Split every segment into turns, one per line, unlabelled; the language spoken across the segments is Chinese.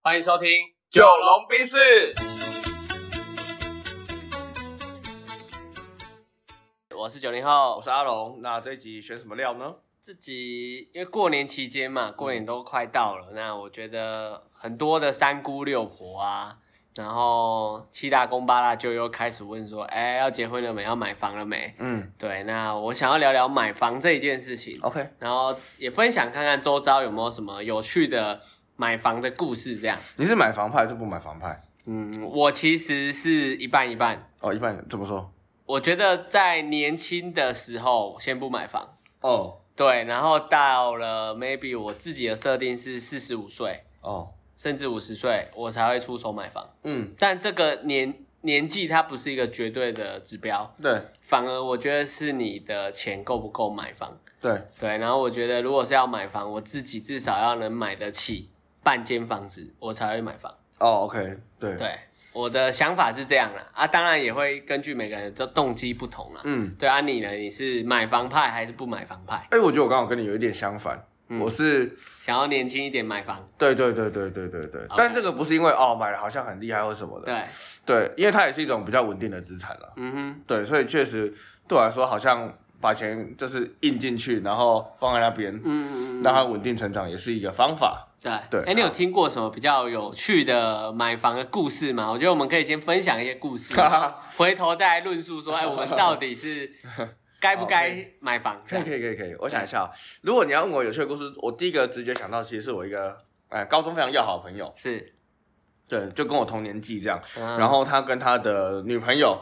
欢迎收听《
九龙冰室，
我是九零后
我。是阿龙。那这一集选什么料呢？
自己因为过年期间嘛，过年都快到了，那我觉得很多的三姑六婆啊，然后七大姑八大舅又开始问说，哎，要结婚了没？要买房了没？
嗯
对，那我想要聊聊买房这一件事情，
，OK，
然后也分享看看周遭有没有什么有趣的买房的故事，这样。
你是买房派还是不买房派？
嗯，我其实是一半一半。
哦，一般人怎么说？
我觉得在年轻的时候先不买房，
哦
对，然后到了 maybe 我自己的设定是四十五岁
哦，
甚至五十岁，我才会出手买房。
嗯，
但这个年年纪它不是一个绝对的指标，
对
反而我觉得是你的钱够不够买房。
对，
对，然后我觉得如果是要买房，我自己至少要能买得起半间房子，我才会买房。
哦，OK，对，
对，我的想法是这样啦，啊，当然也会根据每个人的动机不同啦。
嗯，
对啊，你呢？你是买房派还是不买房派？
哎，我觉得我刚好跟你有一点相反，
嗯
我是
想要年轻一点买房，
对对对对对对对，但这个不是因为哦买了好像很厉害或什么的，
对，
对，因为它也是一种比较稳定的资产了，
嗯哼，
对，所以确实对我来说好像把钱就是印进去，然后放在那边，
嗯嗯嗯，
让它稳定成长也是一个方法。
对
对，
哎，你有听过什么比较有趣的买房的故事吗？我觉得我们可以先分享一些故事 回头再来论述说，哎，我们到底是该不
好哦可
该买房？
可以可以可以可以，我想一下、哦，如果你要问我有趣的故事，我第一个直觉想到其实是我一个哎高中非常要好的朋友，
是，
对，就跟我同年纪这样，
然
然后他跟他的女朋友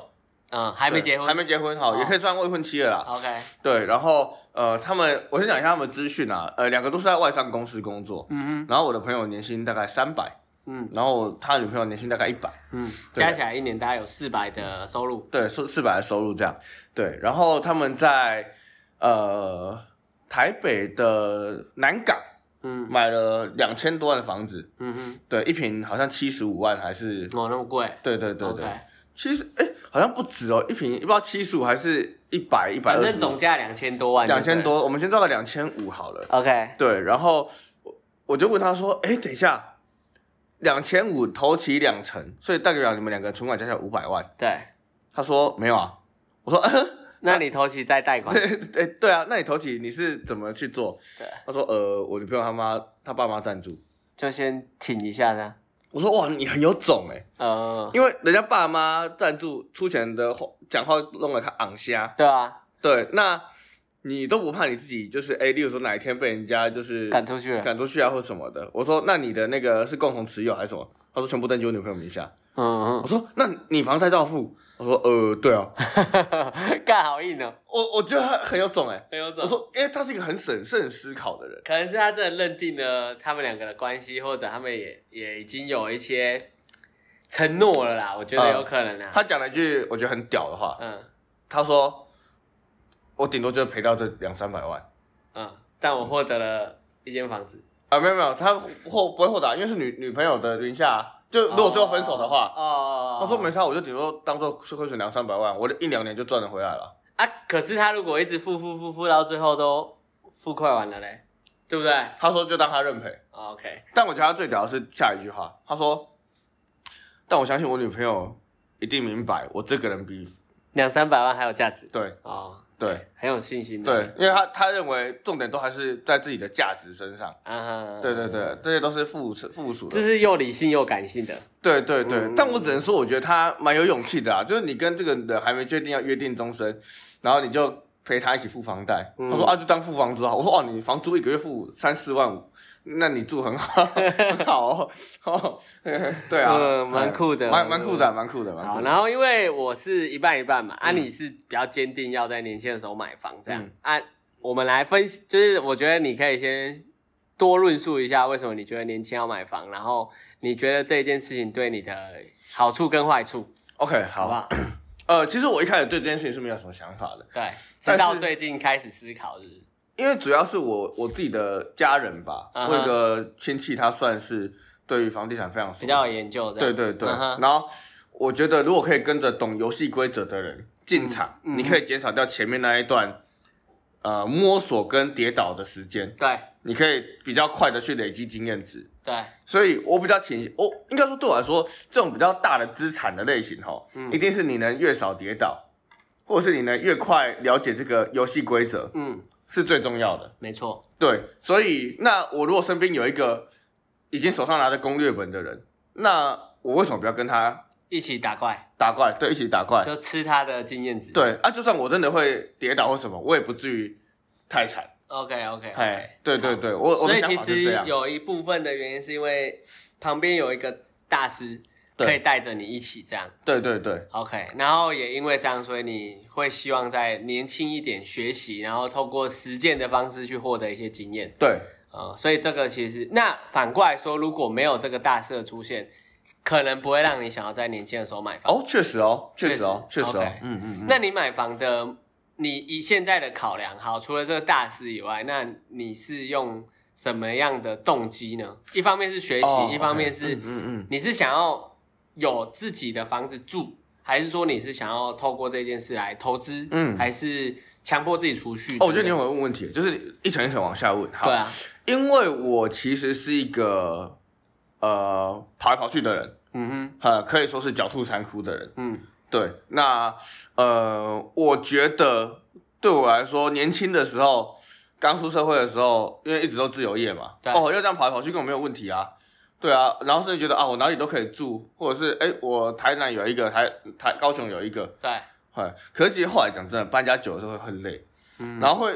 嗯，还
还
没结婚，
还没结婚，好、
哦
也可以算未婚妻了啦。
，OK，
对，然后呃，他们我先讲一下他们的资讯啊，呃，两个都是在外商公司工作，
嗯哼，
然后我的朋友年薪大概三百，
嗯
然后他的女朋友年薪大概一百，
嗯，
对
加起来一年大概有四百的收入，
对，四四百的收入这样，对，然后他们在呃台北的南港。
嗯
买了两千多万的房子，
嗯哼，
对，一平好像七十五万还是，
哦，那么贵。
对对对
o
对，
k
七十哎好像不止哦，一平不知道七十五还是一百一百
反
二
正总
十，
价两千多万，
两千。多，我们先做个两千五好了。
OK，
对，然后我我就问他说，哎，等一下，两千五投起两成，所以代表你们两个存款加起来五百万。
对，
他说没有啊，我 说，呃
那你头期再 贷款，
对对对啊，那你投起你是怎么去做？
对，
他说，呃，我女朋友他妈他爸妈赞助。
就先挺一下呢。
我说哇，你很有种哎、
呃，
因为人家爸妈赞助出钱的话，讲话弄了他昂虾。
对啊，
对，那你都不怕你自己就是哎，例如说哪一天被人家就是
赶出去了。
赶出去啊或什么的？我说那你的那个是共同持有还是什么？他说全部登记我女朋友名下。
嗯
我说那你房贷照付？我说呃对啊，
嗯， 干好硬哦，
我我觉得他很有种哎、
很有种。
我说因为他是一个很审慎思考的人。
可能是他真的认定了他们两个的关系，或者他们也也已经有一些承诺了啦。我觉
嗯
得有可能啊。
他讲了一句我觉得很屌的话，
嗯
他说我顶多就赔到这两三百万。
嗯，但我获得了一间房子。
啊，没有没有，他后不会后打，因为是女女朋友的名下啊、就如果最后分手的话，
哦，
他说没差，我就顶多当做是亏损两三百万，我一两年就赚了回来了。
啊，可是他如果一直付付付付到最后都付快完了嘞，对不对
他说就当他认赔，
哦？OK，
但我觉得他最屌的是下一句话，他说，但我相信我女朋友一定明白我这个人比
两三百万还有价值
对
哦，
对
很有信心的。
对，因为他他认为重点都还是在自己的价值身上，
啊，
对对对，，这些都是附属附属
就
的，
是又理性又感性的。
对对对，
嗯
但我只能说，我觉得他蛮有勇气的啊，就是你跟这个人还没确定要约定终身，然后你就陪他一起付房贷。
嗯
他说啊，就当付房租啊。我说哦、你房租一个月付三四万五，那你住很 好，很好哦。哦， 对啊，
嗯蛮酷的
哎
嗯
蛮蛮酷的，蛮酷的，蛮
好，
酷的。
然后因为我是一半一半嘛，啊，你是比较坚定要在年轻的时候买房这样、
嗯
啊。我们来分析，就是我觉得你可以先多论述一下为什么你觉得年轻要买房，然后你觉得这件事情对你的好处跟坏处，
OK，好
好不好？
呃，其实我一开始对这件事情是没有什么想法的，
对，
但
直
是
到最近开始思考，是不是？
因为主要是我我自己的家人吧，
嗯哼
我有个亲戚，他算是对于房地产非常熟悉
比较有研究这
对
样。
对对，
嗯哼
然后我觉得如果可以跟着懂游戏规则的人进场，
嗯嗯
你可以减少掉前面那一段，呃摸索跟跌倒的时间，
对
你可以比较快的去累积经验值。
对，
所以我比较倾向，我应该说对我来说，这种比较大的资产的类型哈，
嗯
一定是你能越少跌倒，或者是你能越快了解这个游戏规则
嗯，
是最重要的。
没错，
对，所以那我如果身边有一个已经手上拿着攻略本的人，那我为什么不要跟他
一起打怪
打怪？对，一起打怪。
就吃他的经验值。
对啊，就算我真的会跌倒或什么，我也不至于太惨。
，OK OK
哎
OK，，
对对对，我 我
所
的
以
想
其
法是这
实
样。
有一部分的原因是因为旁边有一个大师
对
可以带着你一起这样。
对对对
OK，然后也因为这样，所以你会希望在年轻一点学习，然后透过实践的方式去获得一些经验。
对，
呃，所以这个其实那反过来说，如果没有这个大师的出现，可能不会让你想要在年轻的时候买房。
哦，确实哦，确实哦，
确
确
实
实哦
OK，
嗯嗯嗯。
那你买房的，你以现在的考量，好，除了这个大师以外，那你是用什么样的动机呢？一方面是学习，
哦
一方
OK，
面是、
嗯嗯嗯，
你是想要有自己的房子住，还是说你是想要透过这件事来投资？
嗯
还是强迫自己储蓄？
哦，我觉得你有没有问问题，就是一层一层往下问。好
对，啊，
因为我其实是一个呃跑来跑去的人，
嗯哼，
呃，可以说是狡兔三窟的人。
嗯
对，那呃，我觉得对我来说，年轻的时候，刚出社会的时候，因为一直都自由业嘛，
对
哦，要这样跑来跑去根本没有问题啊。对啊，然后甚至觉得啊，我哪里都可以住，或者是哎，我台南有一个，台台高雄有一个，
对，
哎，可是其实后来讲真的，搬家久了就会很累，
嗯，
然后会，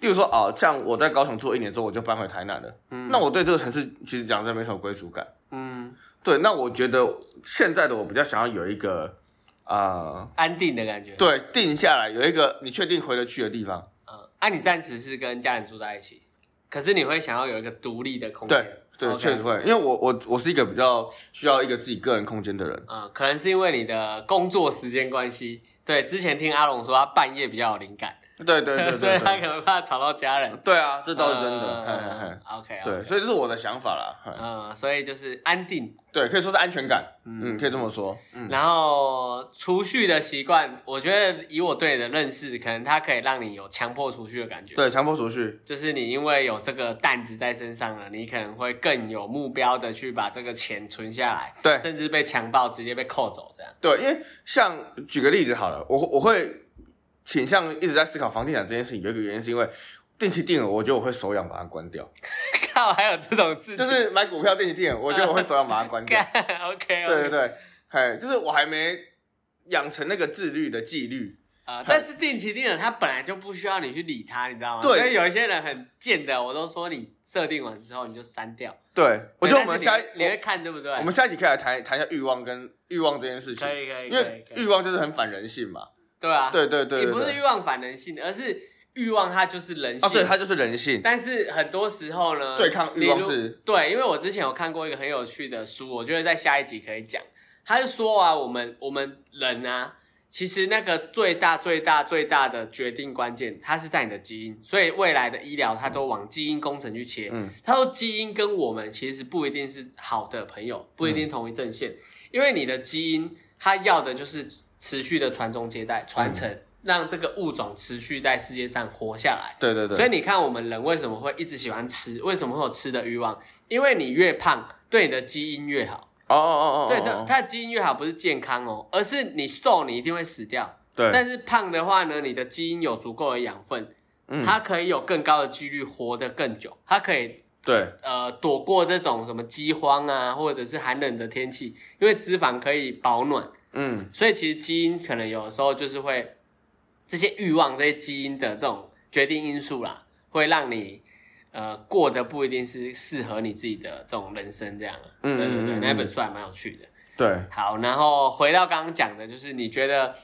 例如说啊，像我在高雄住一年之后，我就搬回台南了，
嗯
那我对这个城市其实讲真没什么归属感。
嗯
对，那我觉得现在的我比较想要有一个啊。呃
安定的感觉。，
对，定下来有一个你确定回得去的地方。
嗯，啊，你暂时是跟家人住在一起，可是你会想要有一个独立的空间。
对对，
OK
确实会，因为我我我是一个比较需要一个自己个人空间的人。
嗯，可能是因为你的工作时间关系。对，之前听阿龙说他半夜比较有灵感，
对对 对
所以
对
他
对，
可能怕吵到家人。嗯
对啊，这倒是真的。嘿嘿嘿
o k
对，，所以这是我的想法啦。嘿
嗯，所以就是安定，
对，可以说是安全感。
嗯
嗯，可以这么说。嗯，
然后储蓄的习惯，我觉得以我对你的认识，可能它可以让你有强迫储蓄的感觉。，
对，强迫储蓄。
就是你因为有这个担子在身上了，你可能会更有目标的去把这个钱存下来，
对
甚至被强暴直接被扣走这样。
对，因为像举个例子好了，我我会倾向一直在思考房地产这件事情，有一个原因是因为定期定额，我觉得我会手痒把它关 掉。
靠，还有这种事情？
就是买股票定期定额，我觉得我会手痒把它 关掉
干。，OK，
对对对，嘿，就是我还没养成那个自律的纪律。
啊！但是定期定额它本来就不需要你去理它，你知道吗？
对
所以有一些人很贱的，我都说你设定完之后你就删掉。
对，我觉得我们
对但
下
是
一
你会你会看对不对？
我我们下一集可以来谈谈一下欲望跟欲望这件事情
可，以可以，
因为
可以可以
欲望就是很反人性嘛。
对啊，
对对对
也
对
不是
对。
欲望反人性，而是欲望它就是人性。
啊，对，它就是人性。
但是很多时候呢，
对抗欲望
你如
是
对，因为我之前有看过一个很有趣的书，我觉得在下一集可以讲。他是说啊，我们我们人啊，其实那个最大最大最大的决定关键，它是在你的基因，所以未来的医疗它都往基因工程去切。
嗯，
他说基因跟我们其实不一定是好的朋
嗯
友，不一定同一阵线，因为你的基因它要的就是持续的传宗接代、传承，
嗯
让这个物种持续在世界上活下来。
对对对。
所以你看，我们人为什么会一直喜欢吃？为什么会有吃的欲望？因为你越胖，对你的基因越好。
哦哦哦哦。
对，它
哦
它的基因越好，不是健康哦，而是你瘦，你一定会死掉。
对，
但是胖的话呢，你的基因有足够的养分，
嗯，
它可以有更高的几率活得更久，它可以
对
呃躲过这种什么饥荒啊，或者是寒冷的天气，因为脂肪可以保暖，
嗯
所以其实基因可能有时候就是会这些欲望、这些基因的这种决定因素啦，会让你呃过得不一定是适合你自己的这种人生这样啊。
嗯
对对
嗯
对，
嗯
那本书还蛮有趣的。
对
好，然后回到刚刚讲的，就是你觉得。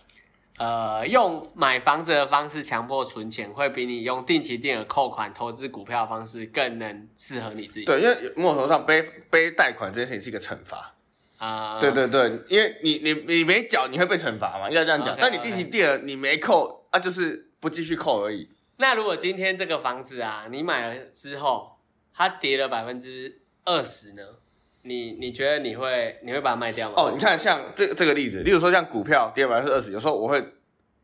呃，用买房子的方式强迫存钱，会比你用定期定额扣款投资股票的方式更能适合你自己。
对，因为某种程度上背背贷款这件事情是一个惩罚。
啊，
对对对，因为你你你没缴你会被惩罚嘛，应该这样讲
OK，OK。
但你定期定额你没扣啊，就是不继续扣而已。
那如果今天这个房子啊，你买了之后，它跌了百分之二十呢？你你觉得你会你会把它卖
哦
掉吗？
哦，你看像这这个例子，例如说像股票跌百分之二十，有时候我会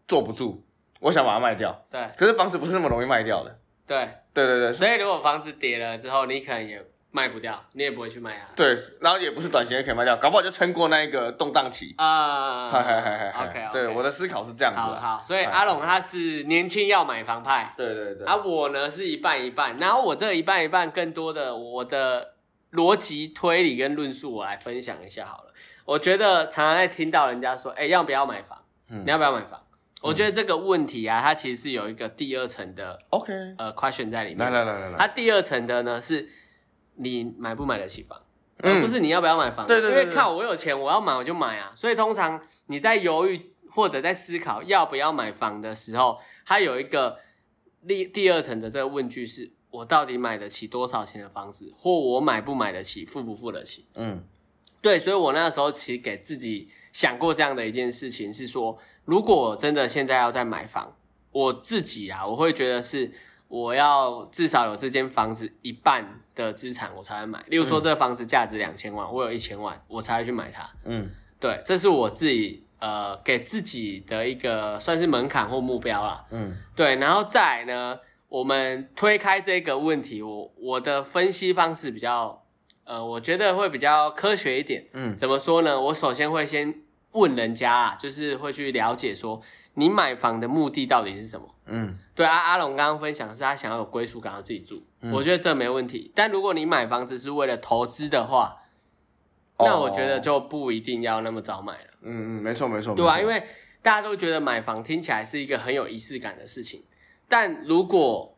坐不住，我想把它卖掉，
对
可是房子不是那么容易卖掉的。
对，
对对对，所以
所以如果房子跌了之后，你可能也卖不掉，你也不会去卖它。
对，然后也不是短时间可以卖掉，搞不好就撑过那一个动荡期。
啊
嗨嗨嗨嗨
OK，
嗨，对，我的思考是这样子
好
啊。
好，所以
哎
阿龙他是年轻要买房派，
对对对
啊，我呢是一半一半，然后我这一半一半更多的我的逻辑推理跟论述，我来分享一下好了。我觉得常常在听到人家说，哎、要不要买房？
嗯
你要不要买房？我觉得这个问题啊，它其实是有一个第二层的
OK，
呃 question 在里
来
面。
来来来来，
它第二层的呢是，你买不买得起房？而
嗯，
不是你要不要买房。
对对对
因为
对
靠我有钱，我要买我就买啊。所以通常你在犹豫或者在思考要不要买房的时候，它有一个第第二层的这个问句是：我到底买得起多少钱的房子，或我买不买得起，付不付得起？
嗯
对，所以我那时候其实给自己想过这样的一件事情，是说，如果我真的现在要再买房，我自己啊，我会觉得是我要至少有这间房子一半的资产我才会买。例如说，
嗯
这房子价值两千万，我有一千万，我才会去买它。
嗯，
对，这是我自己呃给自己的一个算是门槛或目标啦。
嗯
对，然后再来呢，我们推开这个问题，我我的分析方式比较，呃，我觉得会比较科学一点。
嗯
怎么说呢？我首先会先问人家啊，就是会去了解说你买房的目的到底是什么。
嗯
对啊，阿龙刚刚分享的是他想要有归属感，要自己住，
嗯
我觉得这没问题。但如果你买房子是为了投资的话，
哦
那我觉得就不一定要那么早买了，
嗯嗯，没错没错，
对啊，
没错
因为大家都觉得买房听起来是一个很有仪式感的事情，但如果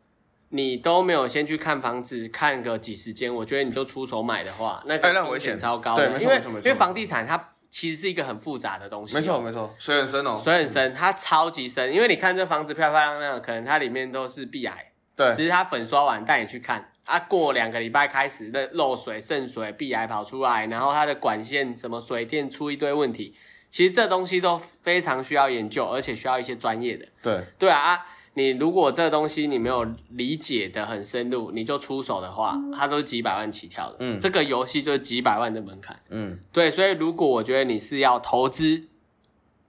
你都没有先去看房子，看个几十间，我觉得你就出手买的话，那
哎那
个
很
风
危
险
险
超高的，
对没错
因为
没错没
因
错
为房地产它其实是一个很复杂的东西，啊
没错没错，水很深哦，
水很深，它超级深，因为你看这房子漂漂亮亮的，可能它里面都是壁癌，
对
只是它粉刷完带你去看，啊，过两个礼拜开始那漏水、渗水、壁癌跑出来，然后它的管线什么水电出一堆问题，其实这东西都非常需要研究，而且需要一些专业的。
对，
对啊，啊你如果这东西你没有理解的很深入，你就出手的话，它都是几百万起跳的，
嗯
这个游戏就是几百万的门槛。
嗯
对，所以如果我觉得你是要投资，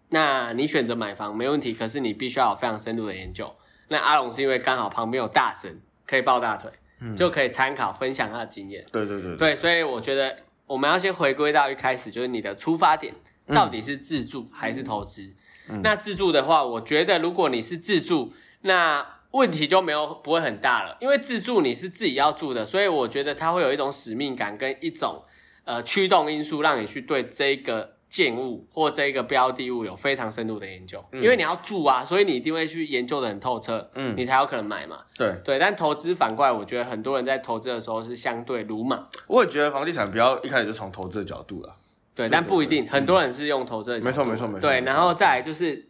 那你选择买房没问题，可是你必须要有非常深入的研究。那阿龙是因为刚好旁边有大神可以抱大腿，
嗯，
就可以参考分享他的经验。
对对对，
对，所以我觉得我们要先回归到一开始，就是你的出发点
嗯
到底是自住还是投资。
嗯
那自住的话，我觉得如果你是自住，那问题就没有不会很大了，因为自住你是自己要住的，所以我觉得它会有一种使命感跟一种呃驱动因素，让你去对这个建物或这个标的物有非常深入的研究，
嗯
因为你要住啊，所以你一定会去研究的很透彻，
嗯
你才有可能买嘛。
对，
对，但投资反过来，我觉得很多人在投资的时候是相对鲁莽。
我也觉得房地产不要一开始就从投资的角度了，
对，
对
但
对
不一
对嗯
定，很多人是用投资的角
没错
度啊
没错没错
对，
没错
然后再来就是，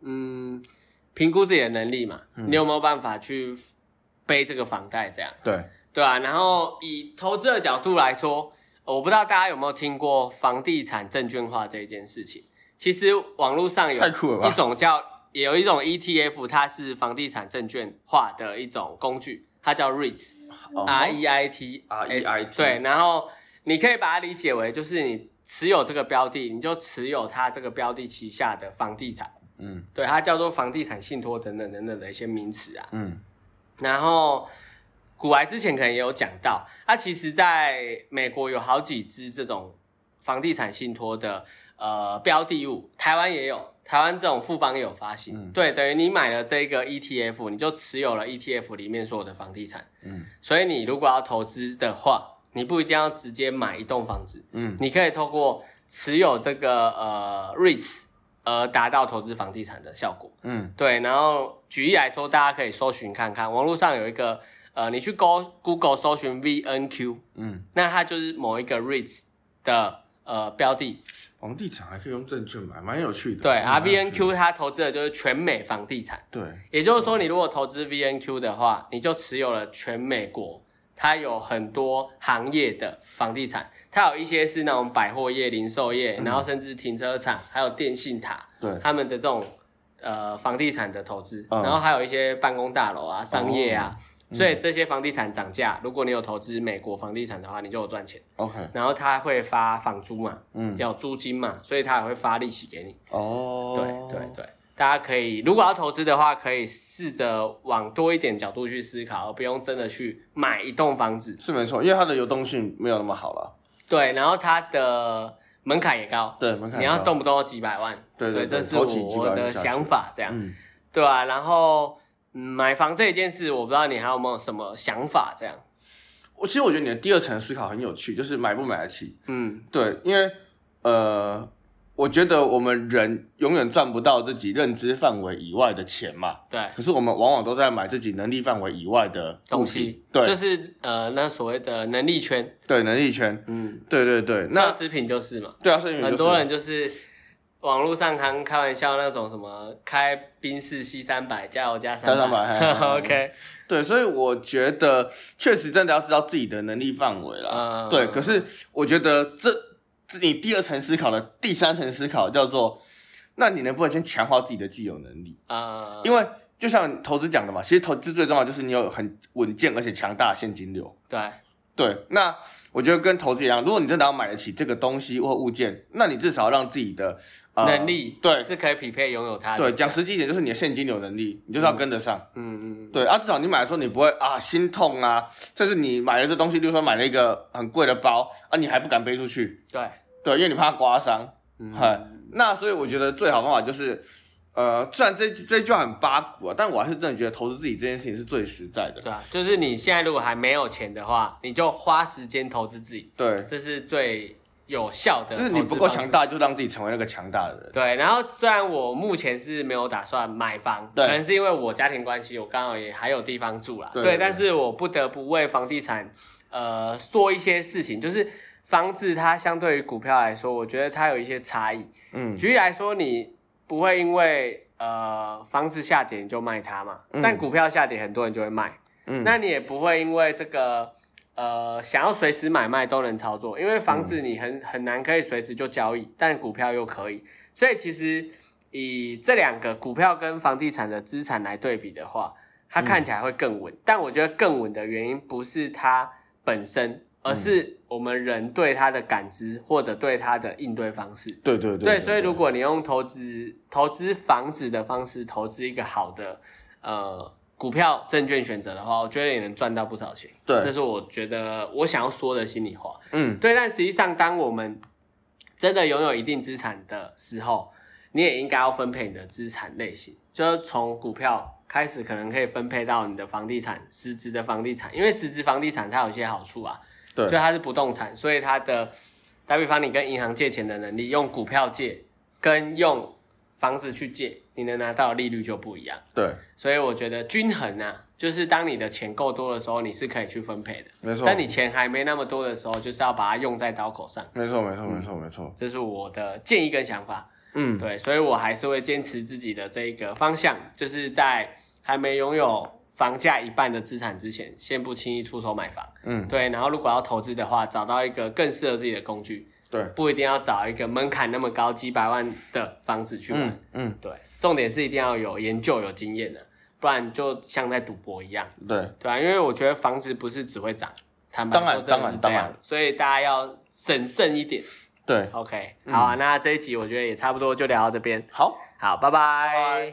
嗯，评估自己的能力嘛，
嗯
你有没有办法去背这个房贷这样？
对，
对啊，然后以投资的角度来说，呃我不知道大家有没有听过房地产证券化这一件事情。其实网络上有
太酷了吧
一种叫，也有一种 ETF，它是房地产证券化的一种工具，它叫 REITs。
哦
R E I T
REIT
对，然后你可以把它理解为就是你持有这个标的，你就持有它这个标的旗下的房地产，
嗯
对，它叫做房地产信托等等等等的一些名词啊。
嗯
然后古来之前可能也有讲到，它、其实在美国有好几只这种房地产信托的呃标的物，台湾也有，台湾这种富邦也有发行，
嗯
对，等于你买了这个 ETF，你就持有了 ETF 里面所有的房地产。
嗯
所以你如果要投资的话，你不一定要直接买一栋房子，
嗯
你可以透过持有这个呃 REITs 而达到投资房地产的效果。
嗯
对，然后举例来说，大家可以搜寻看看，网络上有一个呃，你去 Go Google 搜寻 VNQ，
嗯，
那它就是某一个 REITs 的呃标的。
房地产还可以用证券买，蛮有趣的，
对
嗯
啊，R VNQ 它投资的就是全美房地产。
对，
也就是说，你如果投资 VNQ 的话，你就持有了全美国，它有很多行业的房地产，它有一些是那种百货业、零售业，
嗯
然后甚至停车场，还有电信塔，
对
他们的这种呃房地产的投资，
嗯哦
然后还有一些办公大楼啊、商业啊，所以这些房地产涨价，如果你有投资美国房地产的话，你就有赚钱，
，OK，
然后它会发房租嘛，
嗯，
有租金嘛，所以它也会发利息给你，
哦
对对对。大家可以如果要投资的话，可以试着往多一点角度去思考，而不用真的去买一栋房子。
是没错，因为它的流动性没有那么好了。
对，然后它的门槛也高，
对，门槛
你
很
要
高
动不动就几百万。
对对对
这是
投几几百
我
万
的
下去
想法，这样、
嗯，
对啊。然后、嗯买房这一件事，我不知道你还有没有什么想法，这样。
我其实我觉得你的第二层思考很有趣，就是买不买得起。
嗯
对，因为呃，我觉得我们人永远赚不到自己认知范围以外的钱嘛，，
对，
可是我们往往都在买自己能力范围以外的物
东
品
西，就
对
是呃，那所谓的能力圈，
对，能力圈，
嗯，
对对对，
奢
那
侈品就是嘛，
对啊，所以你就是
很多人就是网络上常开玩笑那种什么开宾士 C 三百，加油加
加
三
300嘿
，OK，
对，所以我觉得确实真的要知道自己的能力范围啦。
嗯
对，可是我觉得这这你第二层思考的第三层思考叫做，那你能不能先强化自己的既有能力？
啊，
因为就像投资讲的嘛，其实投资最重要就是你有很稳健而且强大的现金流。
对，
啊对，那我觉得跟投资一样，如果你真的要买得起这个东西或物件，那你至少让自己的、呃
能力
对
是可以匹配拥有它的，
对，讲实际一点就是你的现金流能力，你就是要跟得上。
嗯，嗯嗯，
对啊，至少你买的时候你不会啊心痛啊，甚至你买了这东西，例如说买了一个很贵的包啊，你还不敢背出去，
对，
对，因为你怕刮伤。
嗯
嗨、那所以我觉得最好方法就是，呃，虽然这这句话很八股啊，但我还是真的觉得投资自己这件事情是最实在的。
对啊，就是你现在如果还没有钱的话，你就花时间投资自己，
对，
这是最有效的。
就是你不够强。大，就让自己成为那个强大的人。
对，然后虽然我目前是没有打算买房，
对
可能是因为我家庭关系，我刚好也还有地方住啦。
对对
但是我不得不为房地产，呃，做一些事情，就是房子它相对于股票来说，我觉得它有一些差异。
嗯，
举例来说，你不会因为呃房子下跌你就卖它嘛，
嗯
但股票下跌很多人就会卖。
嗯
那你也不会因为这个呃想要随时买卖都能操作，因为房子你很很难可以随时就交易，但股票又可以，所以其实以这两个股票跟房地产的资产来对比的话，它看起来会更稳，但我觉得更稳的原因不是它本身，而是我们人对它的感知或者对它的应对方式。
对对
对，所以如果你用投资投资房子的方式投资一个好的呃股票证券选择的话，我觉得也能赚到不少钱。
对
这是我觉得我想要说的心里话。
嗯
对，但实际上，当我们真的拥有一定资产的时候，你也应该要分配你的资产类型，就是从股票开始，可能可以分配到你的房地产、实质的房地产，因为实质房地产它有一些好处啊，
对
就它是不动产，所以它的打比方，你跟银行借钱的能力，用股票借跟用房子去借，你能拿到的利率就不一样。
对，
所以我觉得均衡啊，就是当你的钱够多的时候，你是可以去分配的。
没错。
但你钱还没那么多的时候，就是要把它用在刀口上。
没错没错没错没错，
这是我的建议跟想法。
嗯，
对，所以我还是会坚持自己的这一个方向，就是在还没拥有房价一半的资产之前，先不轻易出手买房。
嗯
对，然后如果要投资的话，找到一个更适合自己的工具，
对，
不一定要找一个门槛那么高几百万的房子去买。
嗯嗯
对，重点是一定要有研究、有经验的，不然就像在赌博一样，
对，
对啊，因为我觉得房子不是只会涨，坦白
当然
说真的是这
当然当
样
然，
所以大家要审慎一点。
对，
OK，好啊，那这一集我觉得也差不多就聊到这边，
嗯好。
好，拜拜。
拜